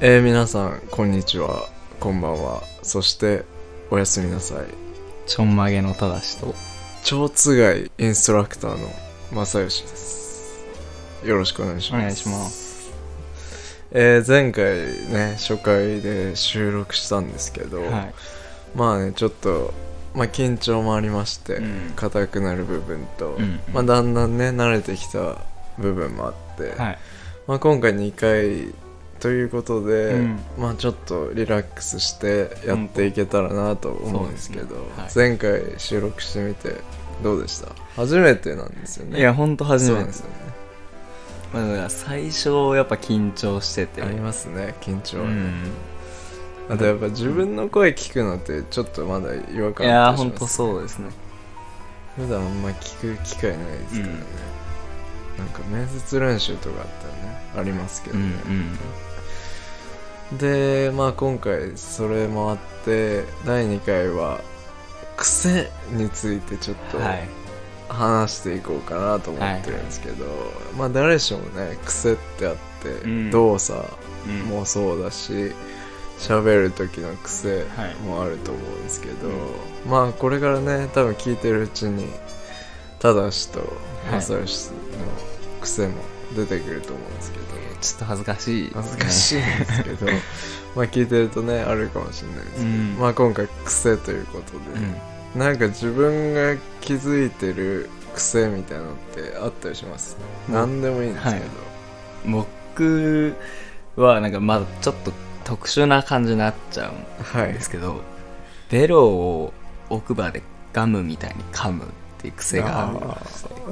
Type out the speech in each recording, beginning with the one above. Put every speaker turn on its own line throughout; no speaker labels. えー皆さんこんにちはこんばんはそしておやすみなさい
ちょんまげのただしと
蝶つがいインストラクターの正義ですよろしくお願いします
お願いします
えー前回ね初回で収録したんですけど、
は
まあねちょっと、まあ、緊張もありまして
い、うん
硬、くなる部分と、
うん
まあ、だんだんね慣れてきた部分もあって、
はい
まあ、今回2回ということで、
うん
まあちょっとリラックスしてやっていけたらなと思うんですけど、
うんそう
前回収録してみてどうでした初めてなんですよね
いやほんと初
そう
め
なん
て
ですよね
まあだから最初やっぱ緊張してて
ありますね緊張
う
はね、
ん
あとやっぱ自分の声聞くのってちょっとまだ違和
い
感
や
あ
ー
った
ほ
りし
んと
ます
そうですね
普段あんま聞く機会ないですからね、なんか面接練習とかあったらねありますけど
う
ね、
んうん
でまあ今回それもあって第2回は癖についてちょっと
はい
話していこうかなと思ってるんですけど、まあ誰しもね癖ってあって、
うん
動作
うん
もそうだし喋る時の癖
はい
もあると思うんですけど、
うん
まあこれからね多分聞いてるうちにただしと
い
正義の癖も出てくると思うんですけど、
ちょっと恥ずかしい
恥ずかしいんですけ どまあ聞いてるとねあるかもしれないですけど、
うん
まあ今回癖ということ
い
で、なんか自分が気づいてる癖みたいなのってあったりします、
うん
何でもいいんですけど、
僕はなんかまだちょっと特殊な感じになっちゃう
はい、
んですけどベロを奥歯でガムみたいに噛むっていう癖がある
あ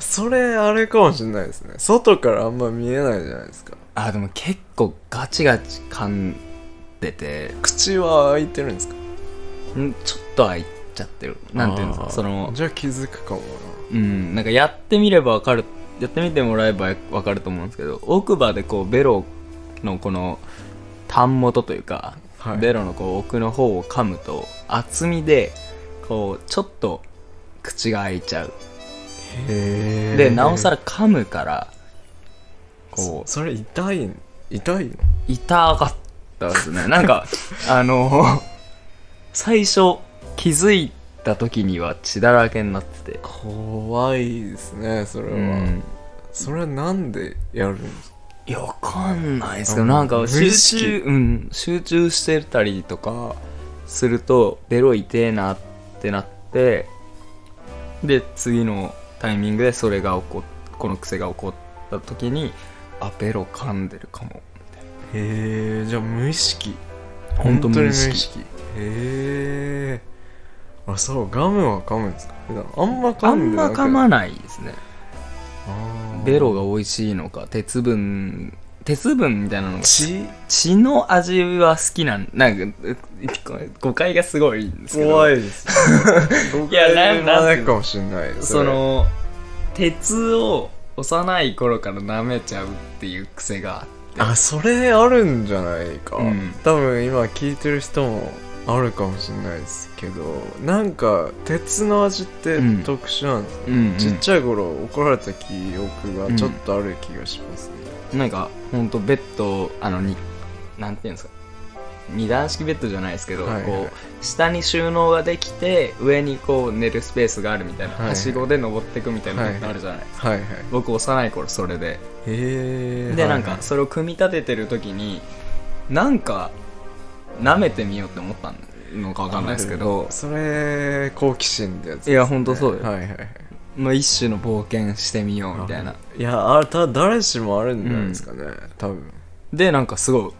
それあれかもしれないですね外からあんま見えないじゃないですか
あでも結構ガチガチ噛んでて
口は開いてるんですか
んちょっと開いちゃってるなんていうんです
あ
か
ー
その
じゃあ気づくかも
うんなんかやってみればわかるやってみてもらえばわかると思うんですけど奥歯でこうベロのこの端元というか、
はい
ベロのこう奥の方を噛むと厚みでこうちょっと口が開いちゃう
なへ
でなおさ
ら
ら噛むから
こ
こ
うそれ痛い痛いの
う痛かったです ねなんかあの最初気づいた時には血だらけになってて、
怖いですねそれは、
うん
それはなんでやるんですか
いや、わかんないですけ
あ
ど、なんか
無意
集
識
中、うん、集中してたりとかすると、ベロ痛えなってなって、で、次のタイミングでそれが起ここの癖が起こった時に、あ、ベロ噛んでるかも。
へえじゃあ無意識
本当無意識
へえあそうガムは噛むんですか普段あんま
あ
噛ん
ん
で
ま
なく
噛まないですね。
あー
ベロが美味しいのか、鉄分、鉄分みたいなのが、
血
血の味は好きなん、なんか、うごめん誤解がすごいんですけど。
怖い ですね
いやなん
誤解が
なん
な
てい
いう
の
かもしれないれ
その鉄を幼い頃から舐めちゃうっていう癖が
あそれあるんじゃないか、
うん
多分今聞いてる人もあるかもしれないですけどなんか鉄の味って
うん
特殊なんです、
うん、
ちっちゃい頃怒られた記憶がちょっとある気がしますね、
なんかほんとベッドあのになんていうんですか二段式ベッドじゃないですけど、
はいはい
こう下に収納ができて上にこう寝るスペースがあるみたいな、
はいはい
はしごで登ってくみたいなのってあるじゃない、
はいはい
僕幼い頃それで
へえ
でなんかそれを組み立ててる時になんか舐めてみようって思ったのかわかんないですけど
それ好奇心ってやつです、ね、
いやほんとそうよ
はいはいはい
まあ、一種の冒険してみようみたいない
やあた誰しもあるんじゃないですかね、多分
でなんかすごい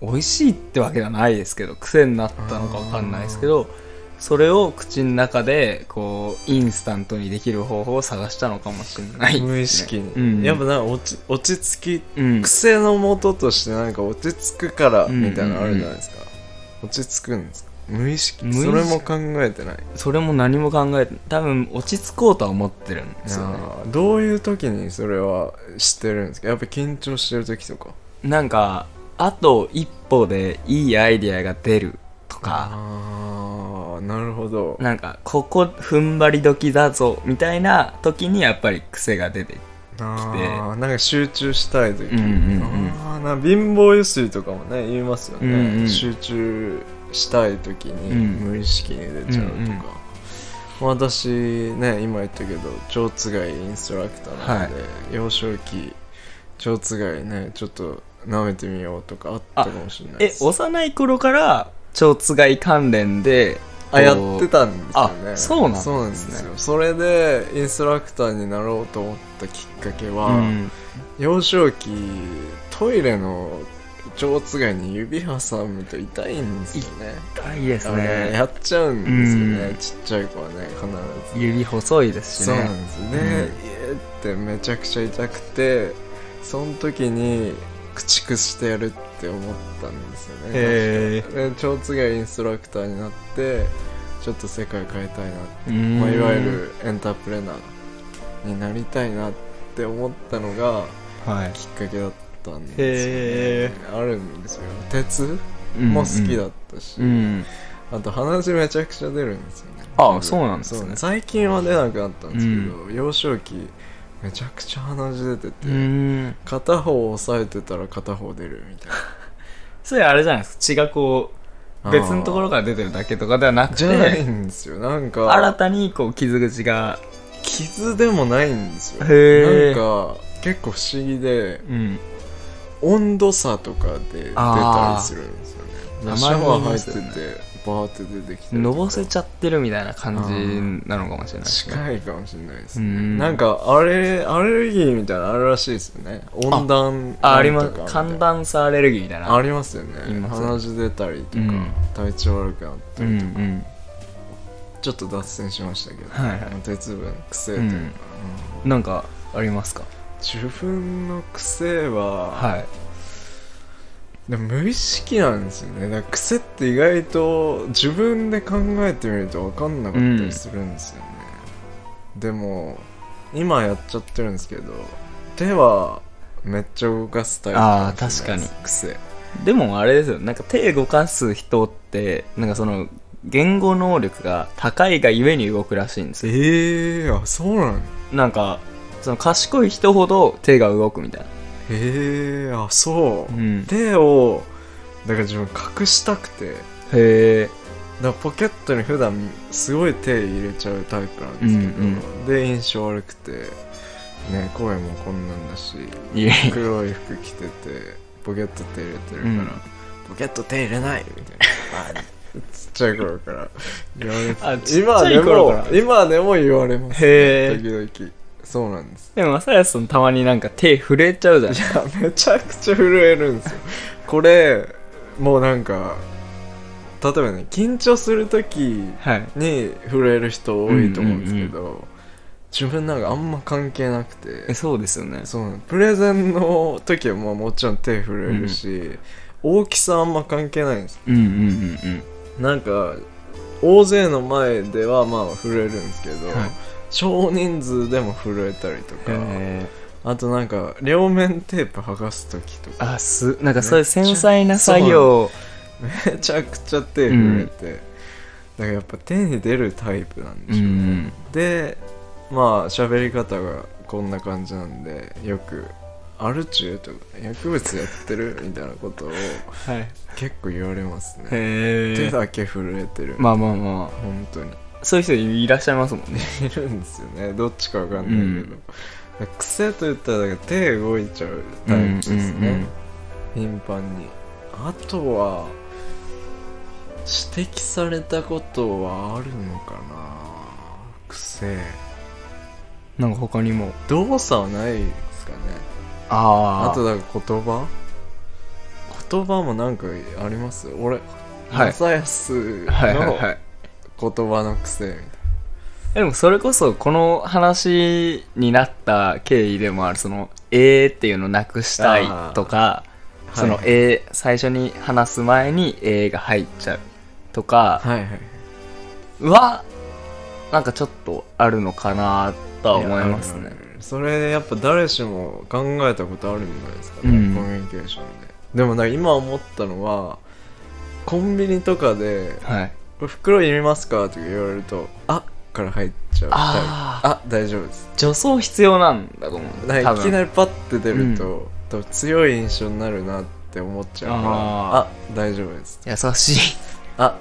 美味しいってわけじゃないですけど癖になったのかわかんないですけどそれを口の中でこうインスタントにできる方法を探したのかもしれないですね、
無意識に、
うん
やっぱなんか落ち落ち着き
うん
癖のもととしてなんか落ち着くからみたいなのあるじゃないですか、落ち着くんですか無意識
無意識
それも考えてない
それも何も考えて多分落ち着こうとは思ってるんですよね
あーどういう時にそれはしてるんですかやっぱ緊張してる時とか
なんかあと一歩でいいアイディアが出るとか
ああなるほど
なんかここ踏ん張り時だぞみたいな時にやっぱり癖が出て
あーなんか集中したい時、
うんうんうん
あああな貧乏ゆすりとかもね言いますよね、
うんうん
集中したい時に
うん
無意識に出ちゃうとか、
うんうん
私ね今言ったけど蝶つがいインストラクターなので、幼少期蝶つがいねちょっと舐めてみようとかあったかもしれないで
え
す
幼い頃から蝶つがい関連で
あやってたんですよね
あそうなんですね
そうなんですよそれでインストラクターになろうと思ったきっかけは、
うん
幼少期トイレの蝶つがいに指挟むと痛いんですよね
痛いです
あれ
ね
やっちゃうんですよね、
うん
ちっちゃい子はね必ず
指細いですし
そうな
ね
んですね、家ってめちゃくちゃ痛くてその時に駆逐してやるって思ったんですよね
へ
で蝶つがいインストラクターになってちょっと世界変えたいなって
え
まあ、いわゆるエンタープレナーになりたいなって思ったのが
はい
きっかけだったんで
へ
すよ、ね、あるんですよ鉄も好きだったし、
うん
あと鼻血めちゃくちゃ出るんですよね
あそうなんですね
そう最近は出なくなったんですけど、幼少期めちゃくちゃ鼻血出てて、
うん
片方押さえてたら片方出るみたい
それあれじゃないですか血がこう
な
別のところから出てるだけとかではな
あー
く
じゃない
て
んですよなんか
新たにこう傷口が
傷でもないんですよ
へー
なんか結構不思議で
うん
温度差とかで出たりするんですよね
あー
シャワー入っ
名前も
てて、バーって出てきて
のぼせちゃってるみたいな感じなのかもしれないですね
近いかもしれないです
う
ね
ん
なんかあれアレルギーみたいなのあるらしいですよね温暖
ああり
な
ま
んとか
す
みたいな
寒暖差アレルギーみたいな
ありますよね
います
鼻血出たりとか、
うん
体調悪くなった
う
り、
んうん
ちょっと脱線しましたけど、
はいはい
鉄分癖というか、
うん
うん
なんかありますか
自分の癖は、
はい
でも無意識なんですよねだから癖って意外と自分で考えてみると分かんなかったりするんですよね、でも今やっちゃってるんですけど手はめっちゃ動かすタイプ
あー
もしれないです癖
でもあれですよなんか手動かす人ってなんかその言語能力が高いがゆえに動くらしいんですよ
ええー、あそうなの
なんかその賢い人ほど手が動くみたい
ええー、あそう、
な、うん、
手をだから自分隠したくてだか
へえ
らポケットに普段すごい手入れちゃうタイプなんですけど、
うん
で印象悪くてね声もこんなんだし
いやいや
黒い服着ててポケット手入れてるから、
うん
ポケット手入れないみたいなちっちゃい頃から言われてた
あちっち
今
ゃ
で
い頃
も
から
今でも言われます、
へー
時々そうなんです
でも正康さんたまになんか手震えちゃうじゃん
いやめちゃくちゃ震えるんですよこれもうなんか例えばね緊張する時
はい
に震える人多いと思うんですけど、自分なんかあんま関係なくて
えそうですよね
そうなのプレゼンの時はまあもちろん手震えるし、大きさあんま関係ないんです
うんうんうんうん
なんか大勢の前ではまあ震えるんですけど、
はい
少人数でも震えたりとか
へえ
あとなんか両面テープ剥がす時とか
あすなんかそういう繊細な作業
めちゃくちゃ手震えて、だからやっぱ手に出るタイプなんで
うん
し
う
ょうね、
ん
でまあ喋り方がこんな感じなんでよく「アルチュー」とか「薬物やってる?」みたいなことを
はいへ
結構言われますね手
え
だけ震えてる、
まあまあま
本当に
あ そういう人いらっしゃいますもんね
いるんですよねどっちかわかんないけど、癖といったらだから手動いちゃうタイプですね、頻繁にあとは指摘されたことはあるのかな癖
なんか他にも
動作はないですかねあ
あ
とだから言葉言葉もなんかあります俺
はい
正康の
はいはいはい
言葉の癖みたいな
でもそれこそこの話になった経緯でもあるその「えー」っていうのをなくしたいとか
あー
その
はい
「えー」最初に話す前に「えー」が入っちゃうとか
はいはい
はなんかちょっとあるのかなとは思います
やあ
ね
るあるそれやっぱ誰しも考えたことあるんじゃないですかね、
うん
コミュニケーションででもなんか今思ったのはコンビニとかで
はい
「これ袋いりますか?」とか言われると「あから入っちゃうタイプ
あ
あ大丈夫です
助走必要なんだと思う
なんかいきな
り
りパッて出ると、多分強い印象になるなって思っちゃうから
あ
あ大丈夫です
優しい
あ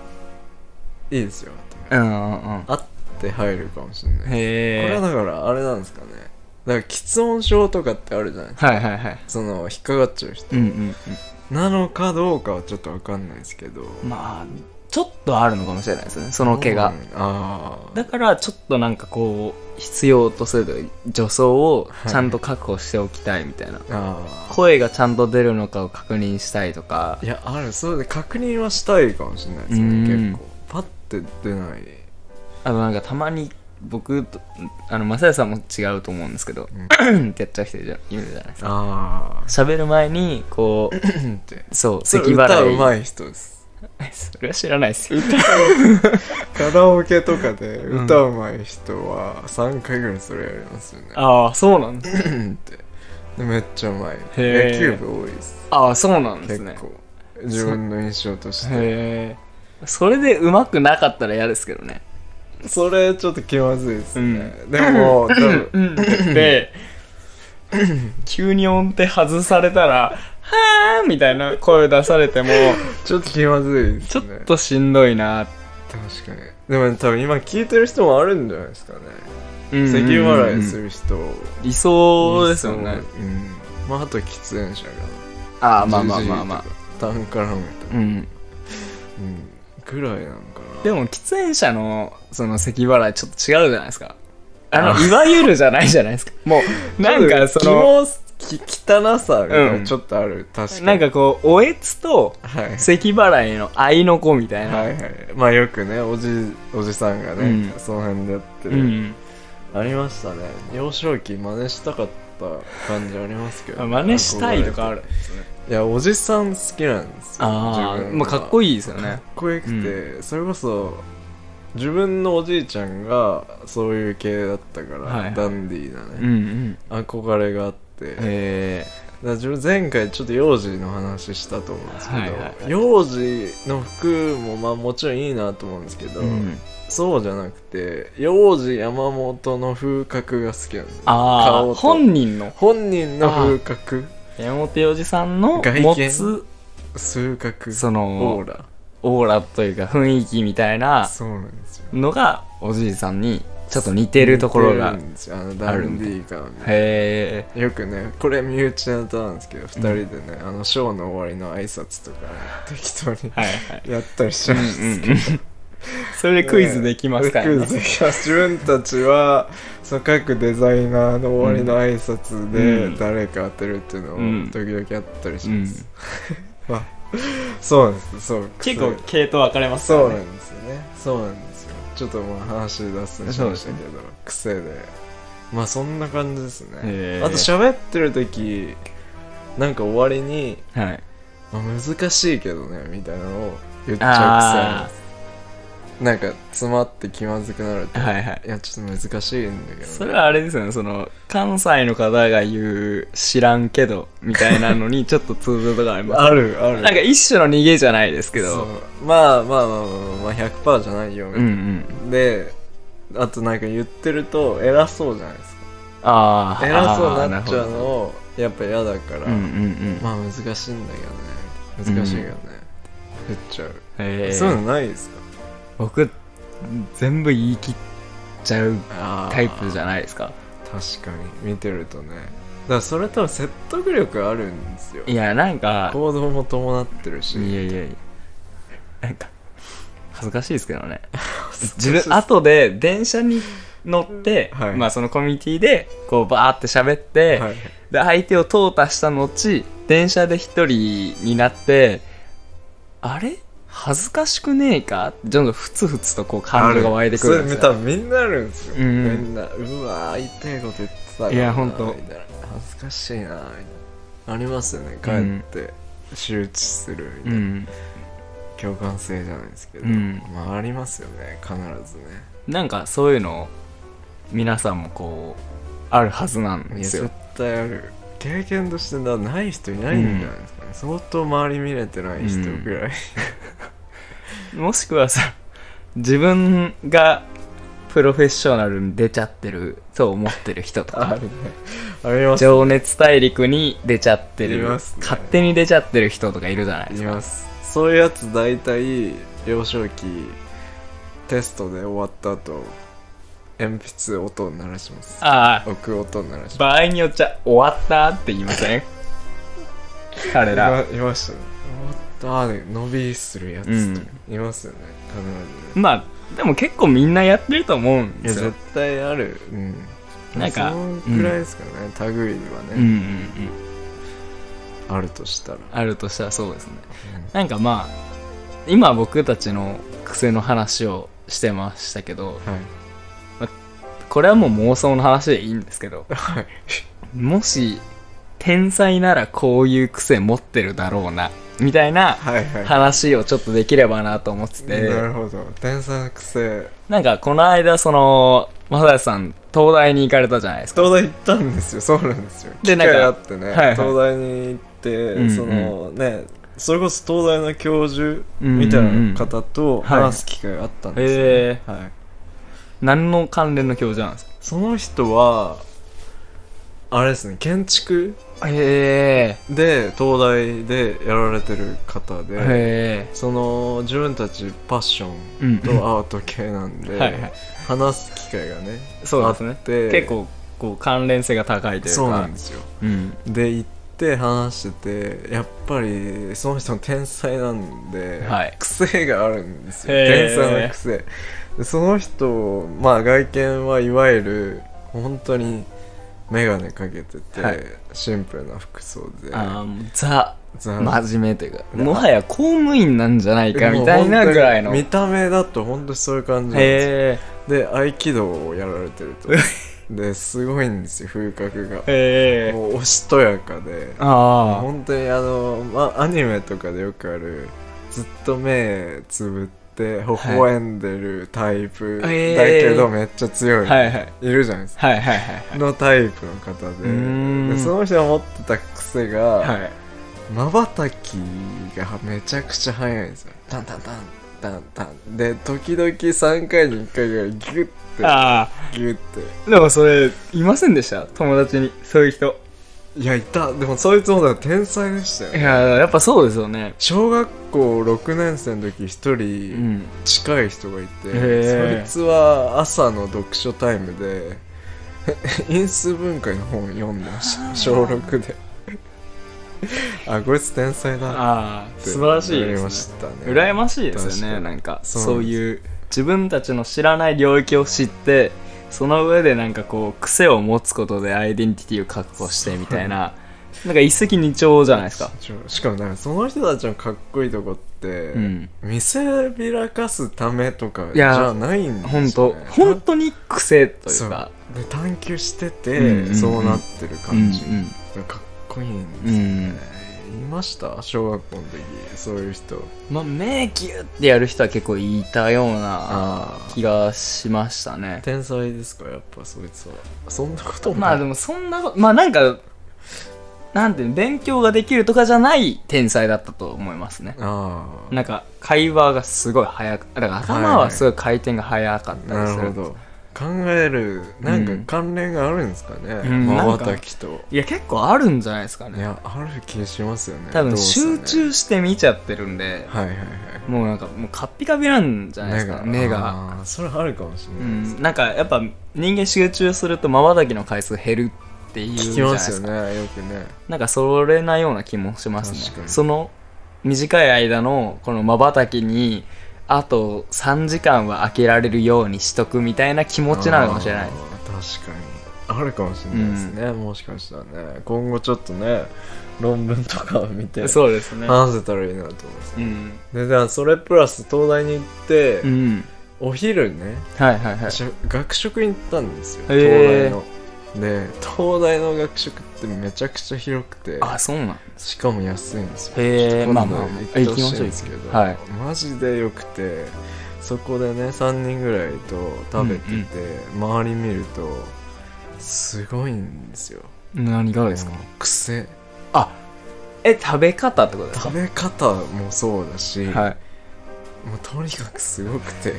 いいですよって
うんうん
あって入るかもしれないこ
へえ
れはだからあれなんですかねだから喫音症とかってあるじゃないですか
はいはいはい
その引っかかっちゃう人
うんうん
なのかどうかはちょっと分かんないですけど
うんまあちょっとあるのかもしれないですねその毛が、
うんああ
だからちょっとなんかこう必要とするというか助走をちゃんと確保しておきたいみたいな、
ああ
声がちゃんと出るのかを確認したいとか
いやあるそうで確認はしたいかもしれないです
うん
ね結構パッて出ない
あとなんかたまに僕とあの正也さんも違うと思うんですけど、 ってやっちゃう人いるじゃないですか
ああ
喋る前にこう
って
そう
それ
咳
歌
払
う
い
まい人です
それは知らないですよ
カラオケとかで
うん
歌うまい人は3回ぐらいそれやりますよね
ああそうなんです
ってでめっちゃうまい野
へー
球部多いです
ああそうなんです
結
ね
構自分の印象として
へえそれでうまくなかったら嫌ですけどね
それちょっと気まずいですね、で も多分
うんで急に音程外されたら「はーみたいな声出され ても
ちょっと気まずいですね
ちょっとしんどいな
確かにでも多分今聞いてる人もあるんじゃないですかね
咳
咳払いする人
理想ですよね
うんまああと喫煙者
あ
が
あまあまあまあまあ
タンカラムと
う
か
ん
うんぐらいなのかな
でも喫煙者のその咳払いちょっと違うじゃないですかあの
あ
いわゆるじゃないじゃないですか もうなんかその
気もき汚さ
うん
がちょっとある、確かに
なんかこうおえつと
はい
咳払いの合いの子みたいな、
はいはいまあよくねおじおじさんがね、
うん
その辺でやって
う
る、
ん
ありましたね幼少期真似したかった感じありますけど、
あ真似したいとかある
いやおじさん好きなんですよ
あ
自
あ
分
まあかっこ
いい
いいですよ
かっ
ね
こよくて、それこそ自分のおじいちゃんがそういう系だったから、
はいはい
ダンディーな
うんう
ね、
ん
憧れがあって、だか
え
ら自分前回ちょっと幼児の話したと思うんですけど、
はいはいはい
幼児の服もまあもちろんいいなと思うんですけ
え
ど、そうじゃなくて幼児山本の風格が好きなんですよ
あ
顔と
あ本人の
本人の風格
山本洋次さんの
外見
持つ
数格
そ
オ
の
ー
オーラというか雰囲気みたい
ラ
な
そうなんですよ
のがおじいさんにちょっと似てるところが
似てるんですよあのダンディー感
へえ
よくねこれ身内の歌なんですけど二人でねあのショーの終わりの挨拶とかね適当に
はいはい
やったりしちゃうんですけど
それでクイズで きますから
クイ
ね
ズできます自分たちはその各デザイナーの終わりの挨拶
うん
で誰か当てるっていうの
うん
を時々やったりします、まあそうなんですそう
結構系統分かれますか
そう
ら
な
ね
んですよねそうなんですよちょっとまあ話出すにしましたけど、癖でまあそんな感じですね、
へー
あと喋ってる時なんか終わりに、
はい
まあ、難しいけどねみたいなのを言っちゃう
あ
癖なんですなんか詰まって気まずくなる
あ
と
はいはい
いやちょっと難しいんだけど、ね、
それはあれですよねその関西の方が言う知らんけどみたいなのにちょっと通ずるとかありま す
あるある
なんか一種の逃げじゃないですけ
そう
ど
まあまあまあまあまあ、まあ、100%じゃないよみ
う
た
ん
いうな、
ん
であとなんか言ってると偉そうじゃないですか
ああ
偉そうになっちゃうの
あ
をやっぱ嫌だから、
ーなるほどうんうんうん
まあ難しいんだけどね難しいけどね、言っちゃう、
へー
そういうのないですか
僕全部言い切っちゃう
あー
タイプじゃないですか
確かに見てるとねだからそれ多分説得力あるんですよ
いやなんか
行動も伴ってるし
いやいやいやなんか恥ずかしいですけど ね
ずか
自
しいです
分後で電車に乗って、
はい
まあそのコミュニティでこうバーって喋って、
はい
で相手を淘汰した後電車で一人になってあれ恥ずかしくねえかってどんどんふつふつとこう感情が湧いてく
ん
るんで
です
よ
みんなあるんですよ、
うん
みんなうわー痛いこと言ってたなー
いやほんと
みたいな恥ずかしいなーみたいなありますよね帰って周知するみた
う
いな、
ん、
共感性じゃないですけど、
うん
まあありますよね必ずね
なんかそういうの皆さんもこうあるはずなん
いや
です
絶
よ
対ある経験としてなない人いないんじゃないですかね、相当周り見れてない人ぐ らい、
もしくはさ自分がプロフェッショナルに出ちゃってると思ってる人とか
るねあります
情熱大陸に出ちゃって
い
る、
ますね
勝手に出ちゃってる人とかいるじゃないです
い
か
ますそういうやつ大体幼少期テストで終わった後鉛筆音を鳴らします
ああ
置く音を鳴らしま
場合によっちゃ終わったって言いません彼ら
すいまいましたね終わったーで伸びするやつって、いますよね必ずね
まあでも結構みんなやってると思うん
い
で
や
すよ
絶対あるうん
なんか
そのくらいですかね、類は
うんうん
ね、
うん
あるとしたら
あるとしたらそうですね、なんかまあ今僕たちの癖の話をしてましたけ
は
ど
い
これはもう妄想の話でいいんですけど
はい
もし天才ならこういう癖持ってるだろうなみたいな
はいはい
話をちょっとできればなと思ってて
なるほど天才の癖
なんかこの間その正也さん東大に行かれたじゃないですか
東大行ったんですよそうなんですよ
で
機会
なんか
あってね、
はいはい
東大に行って、
うんうん
そのねそれこそ東大の教授みたいな方と
はい
話す機会があったんですよ、
え
はい
ー、何の関連の教授なんですか
その人はあれですね建築
へ
で東大でやられてる方
え
で、
へ
その自分たちパッション
えうん
とアート系なんで、
はいはい
話す機会がね
そうですね
あって
結構こう関連性が高いというか
そうなんですよ
うん
で行って話しててやっぱりその人の天才なんで、
はい
癖があるんですよ
へー
天才の癖でその人まあ外見はいわゆる本当に眼鏡かけてて、
はい
シンプルな服装で
あーザ
ザ
真面目というか
ね
もはや公務員なんじゃないかみたいなぐらいの
もう本当に見
へ
た目だと本当にそういう感じなんですよ
え
で合気道をやられてる とですごいんですよ風格が
へえ
もうおしとやかで
あ
本当にあの、まあ、アニメとかでよくあるずっと目つぶって微笑んでるタイプだ
えー
けどめっちゃ強
あ
い、
はいはい
いるじゃないですか
はいはいはい
のタイプの方
うー
で
ん
でその人が持ってた癖
は
が
い
まばたきがめちゃくちゃ早いんですよタンタンタンタンタンで時々3回に1回ぐらいギュッ
あ
てギュッて
あでもそれいませんでした友達にそういう人
いやいたでもそいつもだから天才でしたよ
い
ね
やーやっぱそうですよね
小学校6年生の時一
う
人
ん
近い人がいて、
へー
そいつは朝の読書タイムで 因数分解の本を 読んでました小6であこいつ天才だっ
ああ
て
素晴らしい
思
で
ますし
ね
たね
羨ましいですよ
確か
ね
に
なんか
そう
そういう自分たちの知らない領域を知ってその上でなんかこう癖を持つことでアイデンティティを確保してみたいななんか一石二鳥じゃないですか
しかもなんかその人たちのかっこいいとこって、
うん
見せびらかすためとか
い
じ
や
ゃないんですよ、
本
ね、
当本当に癖という
そう
か
で探求してて、
うんうんうん
そうなってる感じ、かっこいいんですよね、いました小学校の時そういう人
まあ名キュってやる人は結構いたような
あ
気がしましたね
天才ですかやっぱそいつはそんなことも
まあでもそんなことまあなんかなんていうの勉強ができるとかじゃない天才だったと思いますね
ああ
なんか会話がすごい早くだから頭はすごい回転が早かった
な
り
る
する、
ほど考えるなんか関連があるんですか
うん
ねまばたきと
いや結構あるんじゃないですか
い
ね
やある気しますよね
多分
動作ね
集中して見ちゃってるんで、
はいはいはい
もうなんかもうカッピカピなんじゃないですか目が
あーそれあるかもしれ
う
ないです
ん、なんかやっぱ人間集中するとまばたきの回数減るっていうじ
聞
ゃ
き
ない
ま
ですす
よ
か
ねよくね
なんかそれなような気もします
確か
ね
に
その短い間のこのまばたきにあと3時間は開けられるようにしとくみたいな気持ちなのかもしれないです
あー確かにあるかもしれないですね、もしかしたらね今後ちょっとね論文とかを見て
そうですね
話せたらいいなと思います
うん
でだからそれプラス東大に行って、
うん
お昼ね、
はいはいはい
し学食に行ったんですよ東
へー
大の、で東大の学食ってめちゃくちゃ広くて
あそうなん
しかも安いんですよ
へえ
今度
まあまあ
行って
行
ほ
きま
しい
しょ
ん
う
ですけど、
はい
マジでよくてそこでね3人ぐらいと食べてて、周り見るとすごいんですよ
何がです
も
か
う癖
あえ食べ方ってことですか
食べ方もそうだし、
はい
もうとにかくすごくて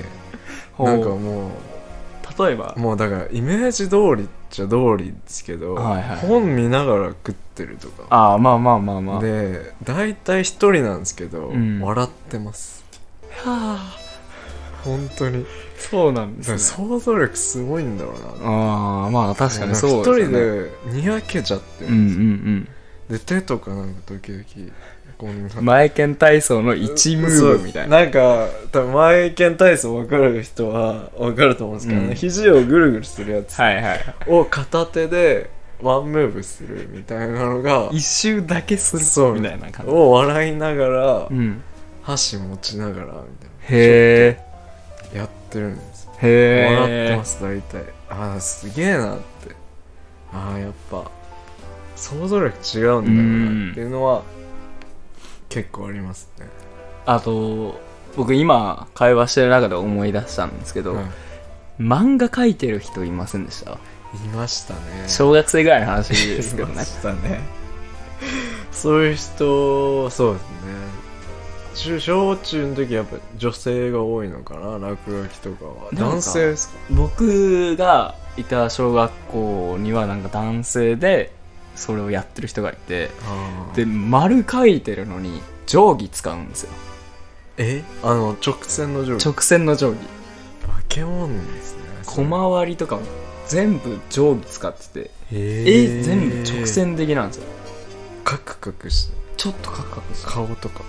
ほう
なんかもう
例えば
もうだからイメージ通りっちゃ通りですけど、
はいはい
本見ながら食ってるとか
ああまあまあまあまあ
で大体一人なんですけど、
うん
笑ってます
あ
本当に
そうなんで
だから
すね
想像力すごいんだろうな
ああまあ確かにそう
一
です
人
ね
でにやけちゃってる
うん
んですよ、
うん
で手とかなんかドキドキこんな
うんマエケン体操の1ムーブみたいな
なんか多分前剣体操分かる人は分かると思うんですけど、ね
うん
肘をぐるぐるするやつ
はいはい
を片手でワンムーブするみたいなのが
一周だけす
そう
るみたいな感じ
を笑いながら
うん
箸持ちながらみ
へ
たいなやってるんですよ
えへえ
笑ってます大体ああすげえなってああやっぱ想像力違うんだなっていうのは結構ありますね、
あと僕今会話してる中で思い出したんですけど、
はい
漫画描いてる人いませんでした
いましたね
小学生ぐらいの話です けど
いま
ね
したねそういう人そうですね中小中の時やっぱ女性が多いのかな落書きとかは
なんか
男性ですか
僕がいた小学校にはなんか男性でそれをやってる人がいて
あー
で丸書いてるのに定規使うんですよ
えあの直線の定規
直線の定規
化け物ですね
小回りとかも全部定規使ってて
え
絵全部直線的なんですよ
カクカクして
ちょっとカクカクしてる
顔とか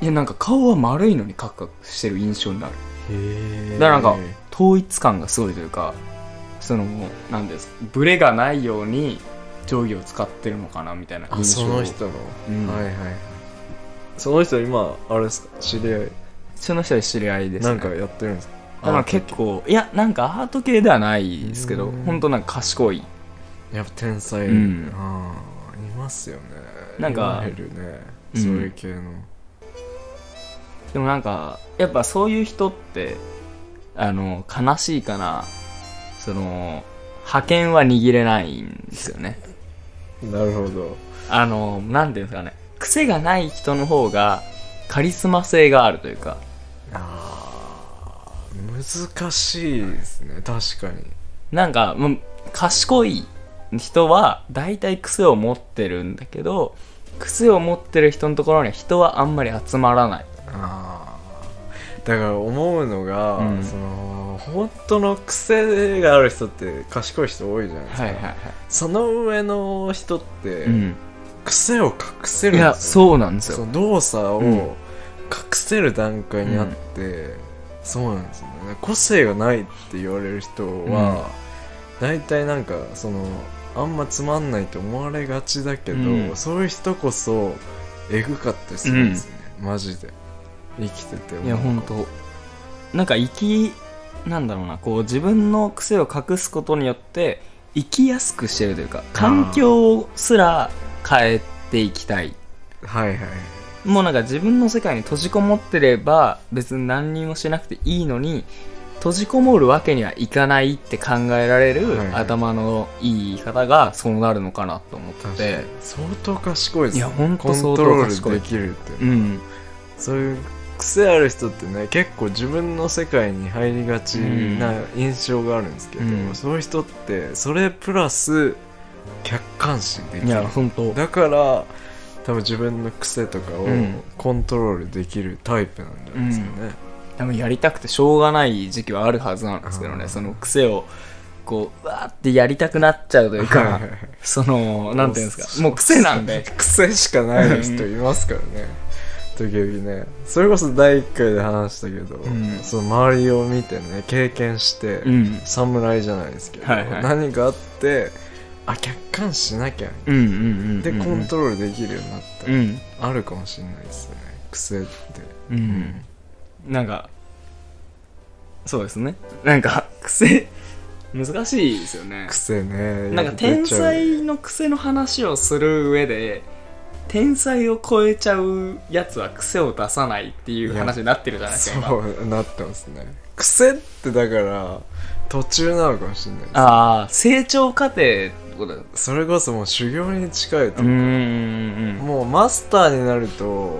いやなんか顔は丸いのにカクカクしてる印象になる
へえ
だからなんか統一感がすごいというかそのなんですブレがないように定規を使ってるのかなみたいな
あ
印象
その人の、
うん
はいはいはいその人今あれですか知り合い、
その人は知り合いです、ね、
なんかやってるんですか
だから結構いやなんかアート系ではないですけど
うん
本当なんか賢い
やっぱ天才、
うん
ああいますよね
なんか
いわゆるね
うん
そういう系の、
でもなんかやっぱそういう人ってあの悲しいかなその派遣は握れないんですよね
なるほど
あのなんていうんですかね癖がない人の方がカリスマ性があるというか
あー難しいですね確かに
なんか、まあ賢い人は大体癖を持ってるんだけど癖を持ってる人のところには人はあんまり集まらない
ああだから思うのが、
うん
その本当の癖がある人って賢い人多いじゃないですか、
はいはいはい、
その上の人って、
うん、
癖を隠せ
い
るん
や
ですよ
そうなんですよ
その動作を
うん
隠せる段階にあって、そうなんですよね個性がないって言われる人は、大体なんかそのあんまつまんないと思われがちだけど、
うん
そういう人こそえぐかったりするんですね、マジで生きてて思う
いや本当なんか生きなんだろうなこう自分の癖を隠すことによって生きやすくしてるというか環境すら変えていきたい
はいはい
もうなんか自分の世界に閉じこもってれば別に何にもしなくていいのに閉じこもるわけにはいかないって考えられ
はいはい
る頭のいい方がそうなるのかなと思って
確かに
て
相当賢いですね
いやほんと
コント
相当
ロ
賢い
ールできるっていうのは
うん
そういう癖ある人ってね結構自分の世界に入りがちな印象があるんですけど、
うん
そういう人ってそれプラス客観視でき
い
る
や本当
だから多分自分の癖とかを
うん
コントロールできるタイプなんじゃないですかね、
多分やりたくてしょうがない時期はあるはずなんですけど
う
ね
ん
その癖をこううわーってやりたくなっちゃうというか
はい
そのなんていうんです かもう癖なんで
癖しかない人いますからね時々ねそれこそ第1回で話したけど、
ん
その周りを見てね経験して、
うん
侍じゃないですけど、
はいはい
何かあってあ客観視しなきゃ
うんうんうんうん
でコントロールできるようになった、
うん
あるかもしれないですね癖って
うんなんかそうですねなんか癖難しいですよね
癖ね
なんか天才の癖の話をする上で天才を超えちゃうやつは癖を出さないっていう話になってるじゃないですか今
そうなってますね癖ってだから途中なのかもしれないです
ああ成長過程ってことだ
それこそもう修行に近いと、
うーん
もうマスターになると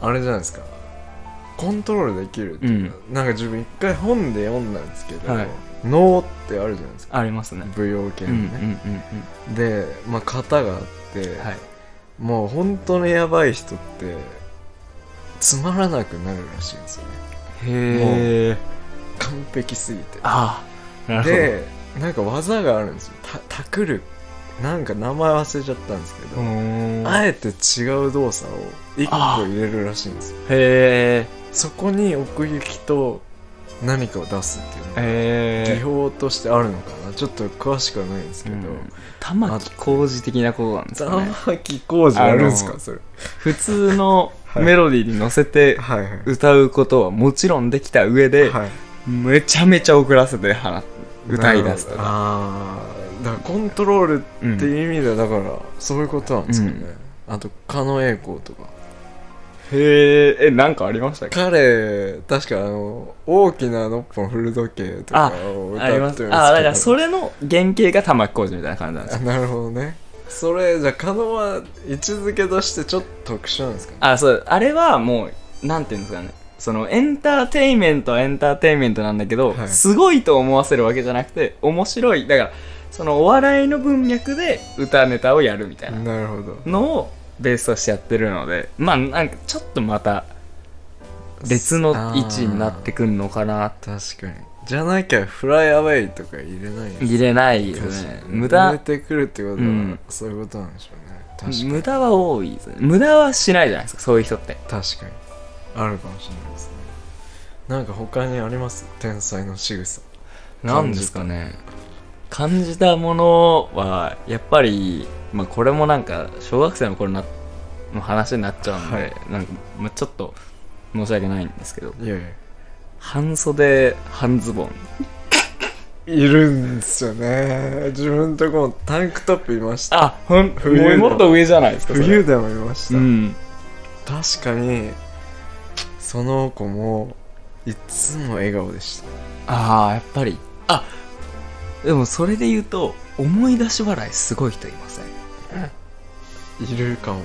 あれじゃないですかコントロールできるっていうか、なんか自分一回本で読んだんですけど、
はい
能ってあるじゃないですか
ありますね
舞踊系
う
の
んうんうん
ね、で、まあ、型があって、
うんはい
もう本当にやばい人ってつまらなくなるらしいんですよね
へえ
完璧すぎて
ああなるほど
でなんか技があるんですよたタクルなんか名前忘れちゃったんですけど、
うーん
あえて違う動作を一個入れるらしいんですよ
へ
そこに奥行きと何かを出すっていうの
え
が技
へえ
法としてあるのかなちょっと詳しくはないんですけど、
うん玉置浩二的なことなんですかね
玉置浩二あるんです
あ
か
の
それ
普通 の
はい
メロディーに乗せて
はいはい
歌うことはもちろんできた上で、
はい
めちゃめちゃ遅らせて放っ歌い出すとか
ああだからコントロールっていう意味ではだからそういうことなんですかね、あと狩野英孝とか
へええなんかありましたっけ
彼確かあの大きな6本古時計とかを歌ってるんですけど
あだからそれの原型が玉置浩二みたいな感じなんで す
あ
よ
なるほどねそれじゃあ狩野は位置づけとしてちょっと特殊なんですかね
あそうあれはもうなんていうんですかねそのエンターテインメントはエンターテインメントなんだけど、
はい
すごいと思わせるわけじゃなくて面白いだからそのお笑いの文脈で歌ネタをやるみたいな
なるほど
のをベースとしてやってるのでまあなんかちょっとまた別の位置になってくるのかな
あー確かにじゃなきゃフライアウェイとか入れない
入れないよ
確
ね
かに
無
入れ
駄
てくるってことは、
うん
そういうことなんでしょうね確かに
無駄は多いですね無駄はしないじゃないですかそういう人って
確かにあるかもしれないですねなんか他にあります天才の仕草
なんですかね感じたものはやっぱり、まあ、これもなんか小学生の頃なの話になっちゃうんで、
はい
なんか、まあ、ちょっと申し訳ないんですけど
いやいや
半袖半ズボン
いるんですよね自分とこもタンクトップいました
あほん
冬だ
もうもっと上じゃないですかそれ
冬でもいました、
うん
確かにその子もいつも笑顔でした
ああやっぱりあでもそれで言うと思い出し笑いすごい人いません
いるかも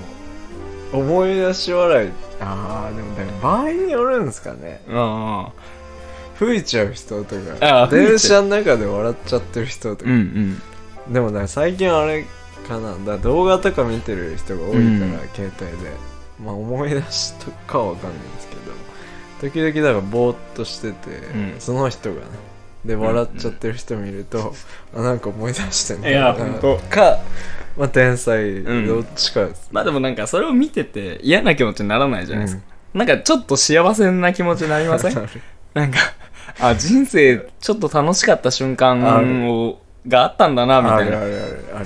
思い出し笑いああでもだから場合によるんですかね
あ
吹いちゃう人と
あ
か
ー
電車の中で笑っちゃってる人と
うん
か
う、ん
でもね最近あれかなだから動画とか見てる人が多いから、
うん
携帯でまあ思い出しとかはわかんないんですけど時々だからぼーっとしてて、
うん
その人がねで笑っちゃってる人見ると、あなんか思い出してん
いやほんと
か、まあ、天才
ん
どっちかです、
まあでもなんかそれを見てて嫌な気持ちにならないじゃないですか、なんかちょっと幸せな気持ちになりませ ん
なる
なんか、あ、人生ちょっと楽しかった瞬
あ
間
る
を、があったんだな、み
あ
たい
るあ
な。
るあるある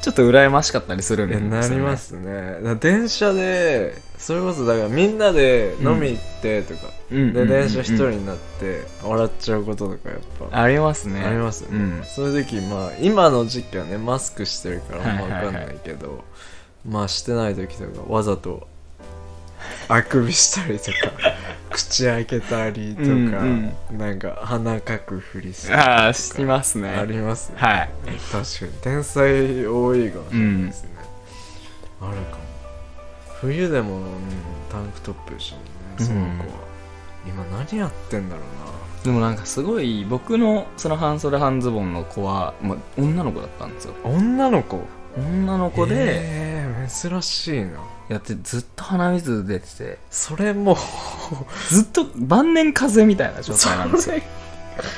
ちょっと羨ましかったりするん
い
です
や
よ
な
ね。
りま。すねだから電車でそれこそだからみんなで飲み行ってとか、
うんうんうんう
で
ん。
電車一人になって笑っちゃうこととかやっぱ
ありますね。
ありますよ
う
ね、
ん。
そういう時まあ今の時期はねマスクしてるからあんま分かんないけど、まあしてない時とかわざとあくびしたりとか 口開けたりとか、
うん
なんか鼻かくふりする
ああ、しますね。
ありますね
はい。
確かに天才多いかもしれないですね、あるかも冬でも、うんタンクトップでしたもんねその子は、今何やってんだろ
でもなんかすごい、僕のその半袖半ズボンの子は、まあ、女の子だったんですよ。
うな女の子
女の子で、
えー珍しいな
やってずっと鼻水出てて、
それも
ずっと晩年風邪みたいな状態なんですよ。
れ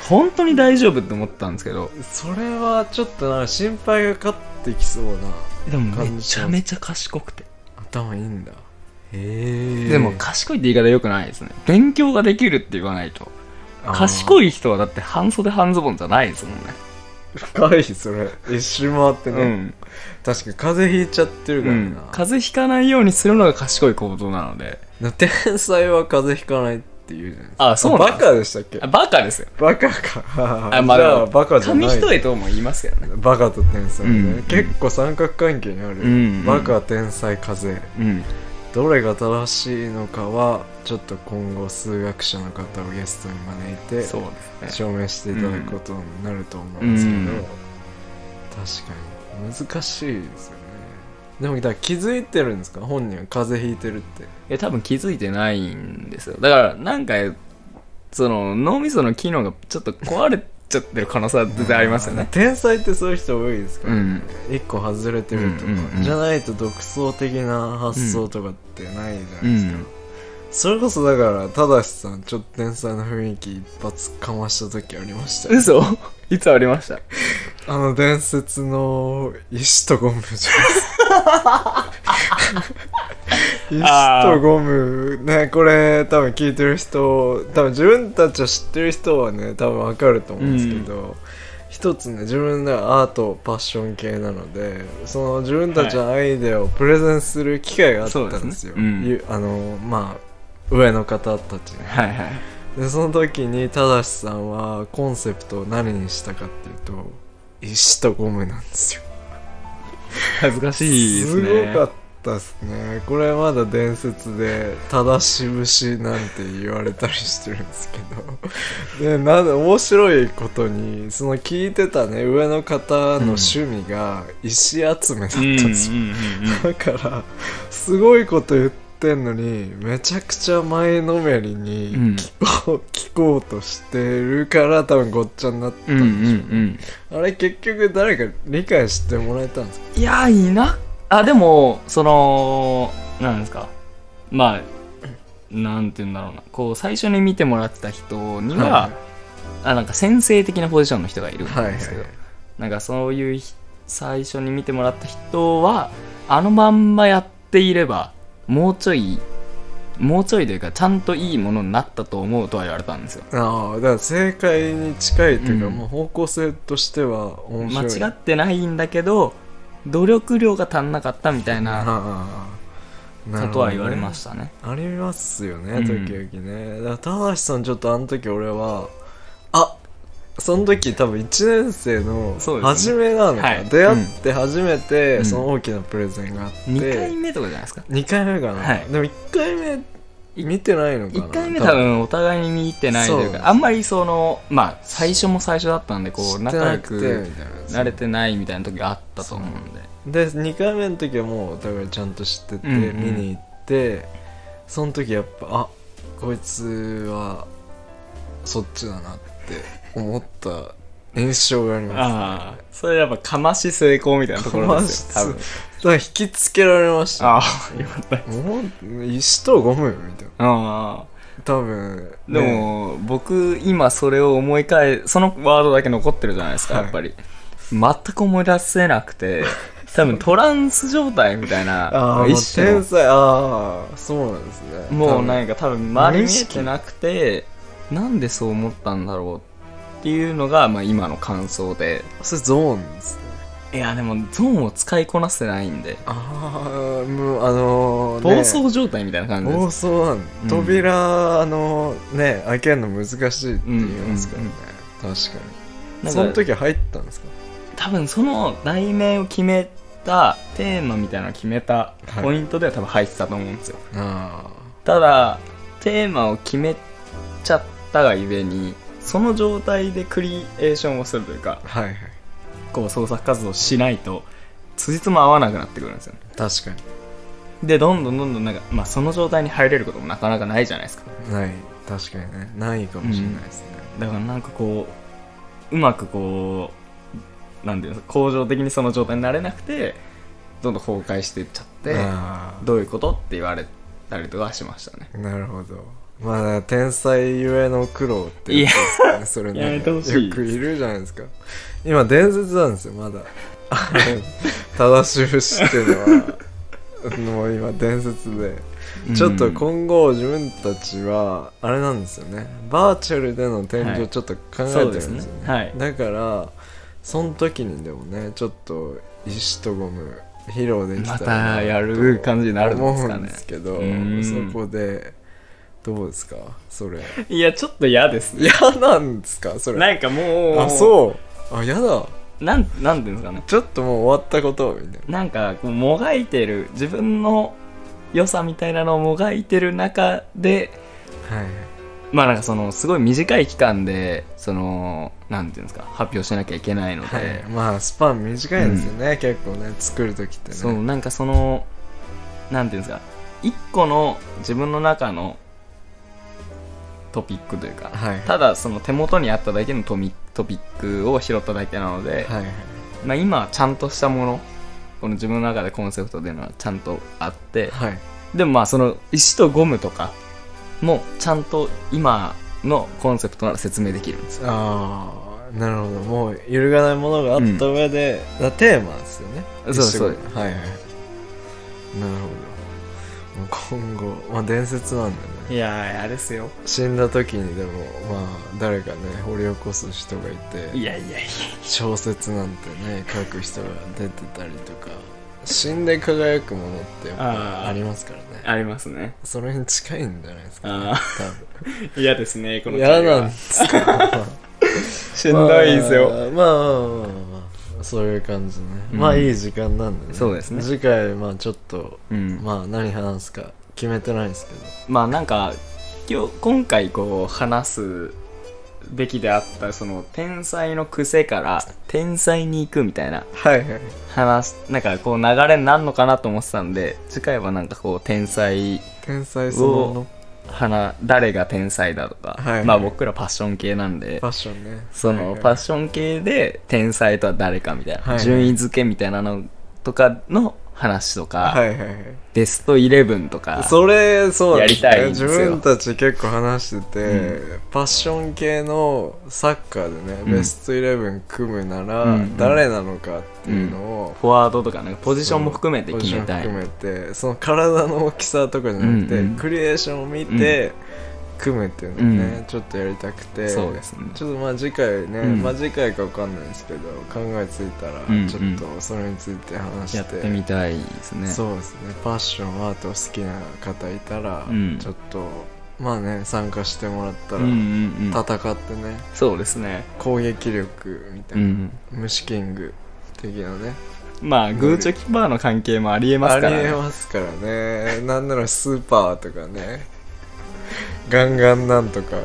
本当に大丈夫って思ったんですけど、
それはちょっとなんか心配がかかってきそうな
でもめちゃめちゃ賢くて。
頭いいんだへえ
でも賢いって言い方良くないですね勉強ができるって言わないと賢
い
い人はだって半袖半ズボンじゃないですもんね
深いそれ一周回ってね、
うん、
確かに風邪ひいちゃってるか
う
ら
ん
な、、
風邪ひかないようにするのが賢い行動なので
な天才は風邪ひかないって言うじゃないですか
あそうな
バ
ん
カでしたっけ
あバカですよ
バカか
あまあ
じゃあバカじゃ
紙
ない
一重とも言いますけどね
バカと天才ね、
うん
結構三角関係にある、
うん
バカ天才風邪
うん
どれが正しいのかはちょっと今後数学者の方をゲストに招いて
そうですね
証明していただくことになると思うんですけど、
うん
確かに難しいですよねでもだから気づいてるんですか本人は風邪ひいてるって
え多分気づいてないんですよだからなんかその脳みその機能がちょっと壊れちゃってる可能性は全然ありますよね。
天才ってそういう人多いですか
う
ら、
ん。
一個外れてるとか、
うんうんうん
じゃないと独創的な発想とかってないじゃ
う
ないですか、
ん。
それこそだからただしさんちょっと天才の雰囲気一発かました時ありましたよ
嘘 いつありました
あの伝説の石とゴムじゃないですか 石とゴムねこれ多分聞いてる人多分自分たちは知ってる人はね多分わかると思うんですけど、一つね自分のアートパッション系なのでその自分たちのアイデアをプレゼンする機会があったんですよ、
そうですねうん
ゆあのまあ上の方たちに
はいはい。
でその時に正さんはコンセプトを何にしたかっていうと石とゴムなんですよ
恥ずかしいですね。
ごかったですねこれまだ伝説で「正し節」なんて言われたりしてるんですけ どでなん面白いことにその聞いてたね上の方の趣味が石集めだったん
うんうん
ですよ、
うん
だからすごいこと言ってんのにめちゃくちゃ前のめりに
うん
聞こう,、聞こうとしてるから多分ごっちゃになった
うん。うん
んでしょうね、
うん
あれ結局誰か理解してもらえたんですか
うん。いや、いいな。あ、でも、その、なんですか。まあ、なんて言うんだろうな。こう、最初に見てもらってた人には、
は
あなんか先生的なポジションの人がいるんですけど、
はいはいはい
なんかそういうひ最初に見てもらった人はあのまんまやっていればもうちょいもうちょいというかちゃんといいものになったと思うとは言われたんですよ
ああだから正解に近いというか、
うん
もう方向性としては面白
間
い
違ってないんだけど努力量が足んなかったみたい
あ
な
あなるほどね
ことは言われましたね
ありますよ
う
ね
ん
時々ね、だから高橋さんちょっとあの時俺はあその時多分1年生の
そうです
初
ね
めなのか、
はい
出会って初めて、
うん
その大きなプレゼンがあって、
2回目とかじゃないですか
2回目かな、
はい
でも1回目見てないのかな
1回目多分お互いに見てないとい
そ
う
う
かあんまりそのまあ最初も最初だったんでこう
知って
仲
な
良
く
く
てみたいな
慣れてないみたいな時があったと思うんで
で2回目の時はもうお互いちゃんと知ってて、
うんうん
見に行ってその時やっぱあこいつはそっちだなって思った印象がありま
ああ、それやっぱかまし成功みたいなところですよ、
か
多
ま
分
し。すだから引きつけられました
ああ、よかった。
もう石とゴムみたいな
ああ。
多分、
で
ね
も、僕、今それを思い返、そのワードだけ残ってるじゃないですか、
はい
やっぱり。全く思い出せなくて、 多分トランス状態みたい
あ
な
あ、
一種
天
の
才ああそうなんですね
もうな
多
んか多分周り
無意
見え
識
てなくて、なんでそう思ったんだろうっていうのが、まあ今の感想で。
分それゾーンですね
いや、でもゾーンを使いこなせてないんで、
ああもうあのー
暴
ね
走状態みたいな感じです
妄。想なんだ
うん
扉、あのね開けるの難しいって言いますからね、確か
な
に
んか
その時入ったんですか
多分その題名を決めたテーマみたいなのを決めたポイントでは多分入ってたと思うんですよ、
あ
ただテーマを決めちゃったがゆえにその状態でクリエーションをするというか
あはいはい
こう創作活動をしないと辻褄合わなくなってくるんですよね
確か
でどんどんどんどんなんか、まあ、その状態に入れることもなかなかないじゃないですか
にない確かにねないかもしれないですね、
だからなんかこううまくこうなんていうの恒常的にその状態になれなくてどんどん崩壊していっちゃって
あ
どういうことって言われたりとかはしましたね。
あなるほどまあ天才ゆえの苦労って
いや
やつですかねそれね
やめてほしい
よくいるじゃないですか今伝説なんですよまだ あの正し節っていうのはもう今伝説でちょっと今後自分たちはあれなんですよねバーチャルでの天
は
井
い
ちょっと考えて
そ
るん
う
で
ですす
よね,、
ねはい
だからその時にでもねちょっと石とゴム披露でき
ま
たら
たやる感じになるんで
思
す
う
か
んで
ね。
すけど
うん
そこでどうですかそれ
いや、ちょっと嫌ですね。
嫌なんですかそれ
なんかもう、
あそうあ嫌だ
うなん、なんていうんですかね。
ちょっともう終わったことみたい
なんかこう、もがいてる、自分の良さみたいなのをもがいてる中で、
なはい
まあなんかその、すごい短い期間で、その、なんていうんですか、発表しなきゃいけないので、
はい、まあスパン短いんですよね、結構ね作る時ってね
そうなんかそのなんていうんですか一個の自分の中のトピックというか、
はい
ただその手元にあっただけのトミトピックを拾っただけなので、
はいはい
まあ、今ちゃんとしたものこの自分の中でコンセプトでいうのはちゃんとあって
はい
でもまあその石とゴムとかもちゃんと今のコンセプトなら説明できるんですよ
ああなるほどもう揺るがないものがあった上で、だテーマですよね
そうです
一緒にはいはいなるほどもう今後まあ伝説なんだね
いやーあれですよ
死んだ時にでもまあ誰かね掘り起こす人がいて
いやいやいや
小説なんてね書く人が出てたりとか死んで輝くものってやっ
あー
ぱありますからね
ありますね
それに近いんじゃないですか、ね
あ、
多分
嫌ですねこ
嫌なんですけど
しんどいですよ、
まあまあまあまあまあそういう感じね、
うん
まあいい時間なんでね
そうですね
次回まあちょっと
うん
まあ何話すか決めてないですけど
まあなんか今日今回こう話すべきであったその天才の癖から天才に行くみたいな
はいはい
話なんかこう流れになるのかなと思ってたんで次回はなんかこう天才
天才そのもの
花誰が天才だとか、
はいはい
まあ僕らパッション系なんで
ファッションね
そ
はい
の
はい
パッション系で天才とは誰かみたいな、
はいはい
順位付けみたいなのとかの話とか、
はいはいはい
ベストイレブンとか
それそうなんですね
やりたいんですよ
自分たち結構話してて、パッション系のサッカーでね、
うん
ベストイレブン組むな
うん
ら
うん
誰なのかっていうのを、
フォワードとかねポジションも含めて
ポ
決
ジショ
め
ン
たい
含めてその体の大きさとかじゃなくて、
うんうん
クリエーションを見て、組むっていうのをね、ちょっとやりたくて
そうですね
ちょっとまあ次回ね、
うん
まあ次回かわかんないですけど考えついたら
うんうん
ちょっとそれについて話して、
やってみたいですね
そうですねパッションアート好きな方いたら、
うん
ちょっとまあね参加してもらった
う
ら、
んうんうん
戦ってね
そうですね
攻撃力みた
う
いな、
ん
虫キング的なね
まあグーチョキパーの関係もありえますから
あり
ね
えますからねなんならスーパーとかねガンガンなんとか、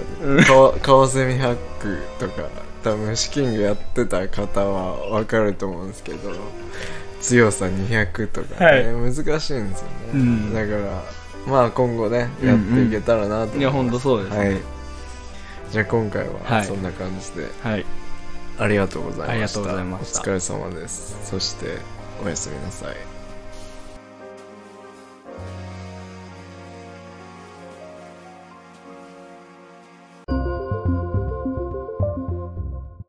かわカワセミハックとか多分シキングやってた方は分かると思うんですけど強さ200とかね、難しいんですよね、
うん
だからまあ今後ねやっていけたらな と思います、
いやほんとそうですね
はいじゃあ今回
は
はいそんな感じで、
はい
ありがとうございました
ありがとうございました
お疲れ様ですそしておやすみなさい